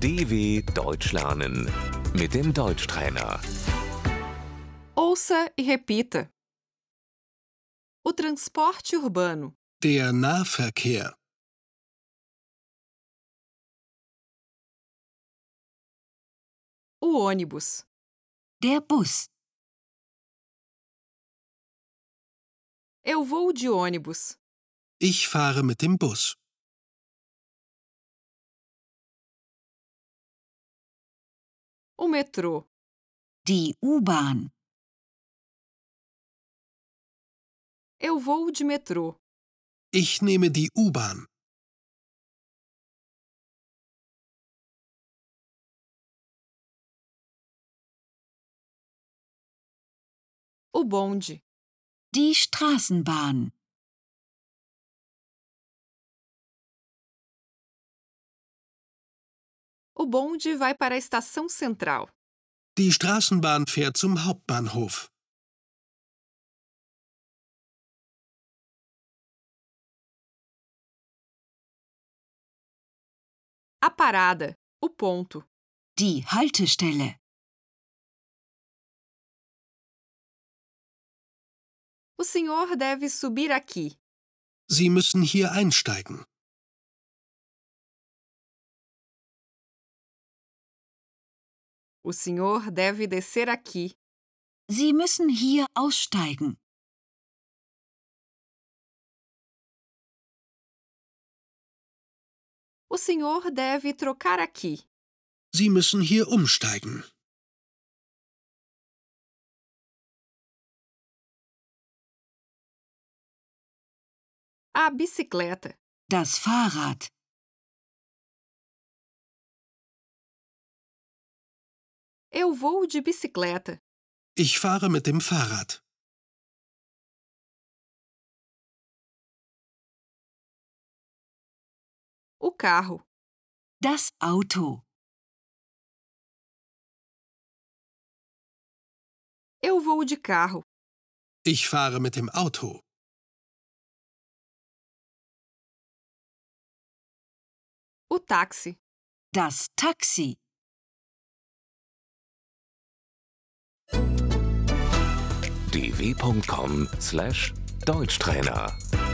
DW Deutsch lernen mit dem Deutschtrainer. Ouça e repita. O transporte urbano, Der Nahverkehr. o ônibus, Der Bus. eu vou de ônibus, Ich fahre mit dem Bus. o metrô, Die U-Bahn. eu vou de metrô, Ich nehme die U-Bahn. o bonde, Die Straßenbahn. o bonde vai para a estação central, Die Straßenbahn fährt zum Hauptbahnhof. a parada, o ponto, Die Haltestelle. o senhor deve subir aqui, Sie müssen hier einsteigen. o senhor deve descer aqui, Sie müssen hier aussteigen. o senhor deve trocar aqui, Sie müssen hier umsteigen. a bicicleta, Das Fahrrad. eu vou de bicicleta, Ich fahre mit dem Fahrrad. o carro, Das Auto. eu vou de carro, Ich fahre mit dem Auto. o táxi, Das Taxi. dw.com/deutschtrainer